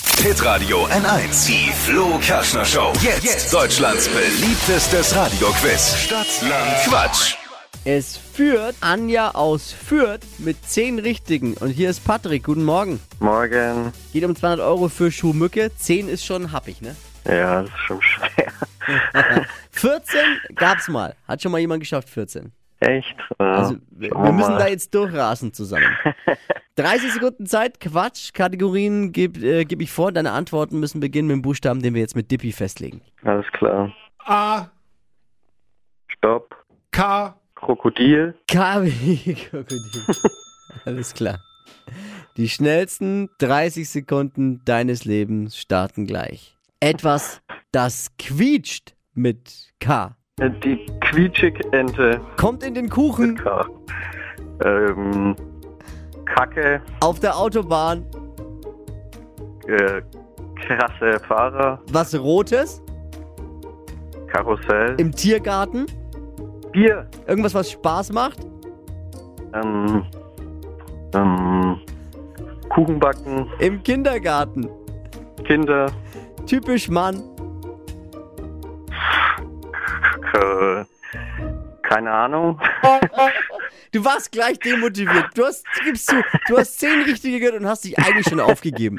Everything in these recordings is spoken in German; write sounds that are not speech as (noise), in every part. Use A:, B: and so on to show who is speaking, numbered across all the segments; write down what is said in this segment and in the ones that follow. A: Hitradio N1. Die Flo Kaschner Show. Jetzt, Deutschlands beliebtestes Radioquiz. Stadt, Land, Quatsch.
B: Es führt Anja aus Fürth mit 10 Richtigen. Und hier ist Patrick. Guten Morgen.
C: Morgen.
B: Geht um 200 Euro für Schuhmücke. 10 ist schon happig, ne?
C: Ja, das ist schon (laughs) schwer.
B: 14 gab's mal. Hat schon mal jemand geschafft, 14.
C: Echt? Ja,
B: Also,
C: schauen
B: wir,
C: wir
B: wir müssen
C: mal.
B: da jetzt durchrasen zusammen. 30 Sekunden Zeit, Quatsch, Kategorien gebe äh, geb ich vor. Deine Antworten müssen beginnen mit dem Buchstaben, den wir jetzt mit Dippy festlegen.
C: Alles klar.
D: A,
C: Stopp.
D: K,
C: Krokodil.
B: Kabi Krokodil. Alles klar. Die schnellsten 30 Sekunden deines Lebens starten gleich. Etwas, das quietscht mit K.
C: Äh, Die Quietschig-Ente.
B: Kommt in den Kuchen
C: K. Ähm, Kacke.
B: auf der Autobahn.
C: Äh, krasse Fahrer.
B: Was Rotes
C: Karussell.
B: im Tiergarten.
C: Bier.
B: Irgendwas, was Spaß macht.
C: Ähm, ähm, Kuchenbacken.
B: Im Kindergarten.
C: Kinder.
B: Typisch Mann.
C: Äh, keine Ahnung. (laughs)
B: Du warst gleich demotiviert. Du hast, gibst zu, du hast zehn richtige gehört und hast dich eigentlich schon aufgegeben.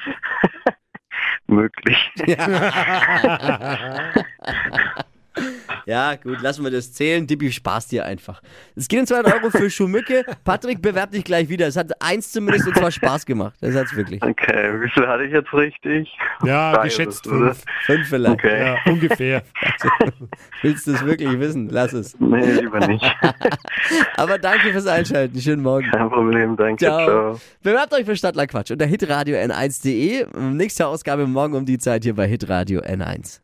B: (laughs)
C: Möglich.
B: Ja, gut, lassen wir das zählen. Dippi, Spaß dir einfach. Es gehen 200 Euro für Schumücke. Patrick, bewerb dich gleich wieder. Es hat eins zumindest und zwar Spaß gemacht. Das hat's wirklich.
C: Okay, wie viel hatte ich jetzt richtig?
D: Ja,
C: Drei
D: geschätzt
C: ist es, oder?
D: fünf.
B: Fünf vielleicht.
C: Okay.
D: Ja, ungefähr.
B: (laughs) Willst du es wirklich wissen? Lass es.
C: Nee, lieber (laughs) nicht.
B: Aber danke fürs Einschalten. Schönen Morgen.
C: Kein Problem, danke.
B: Ciao.
C: Ciao.
B: Bewerbt euch für Stadtlandquatsch unter hitradio n1.de. Nächste Ausgabe morgen um die Zeit hier bei hitradio n1.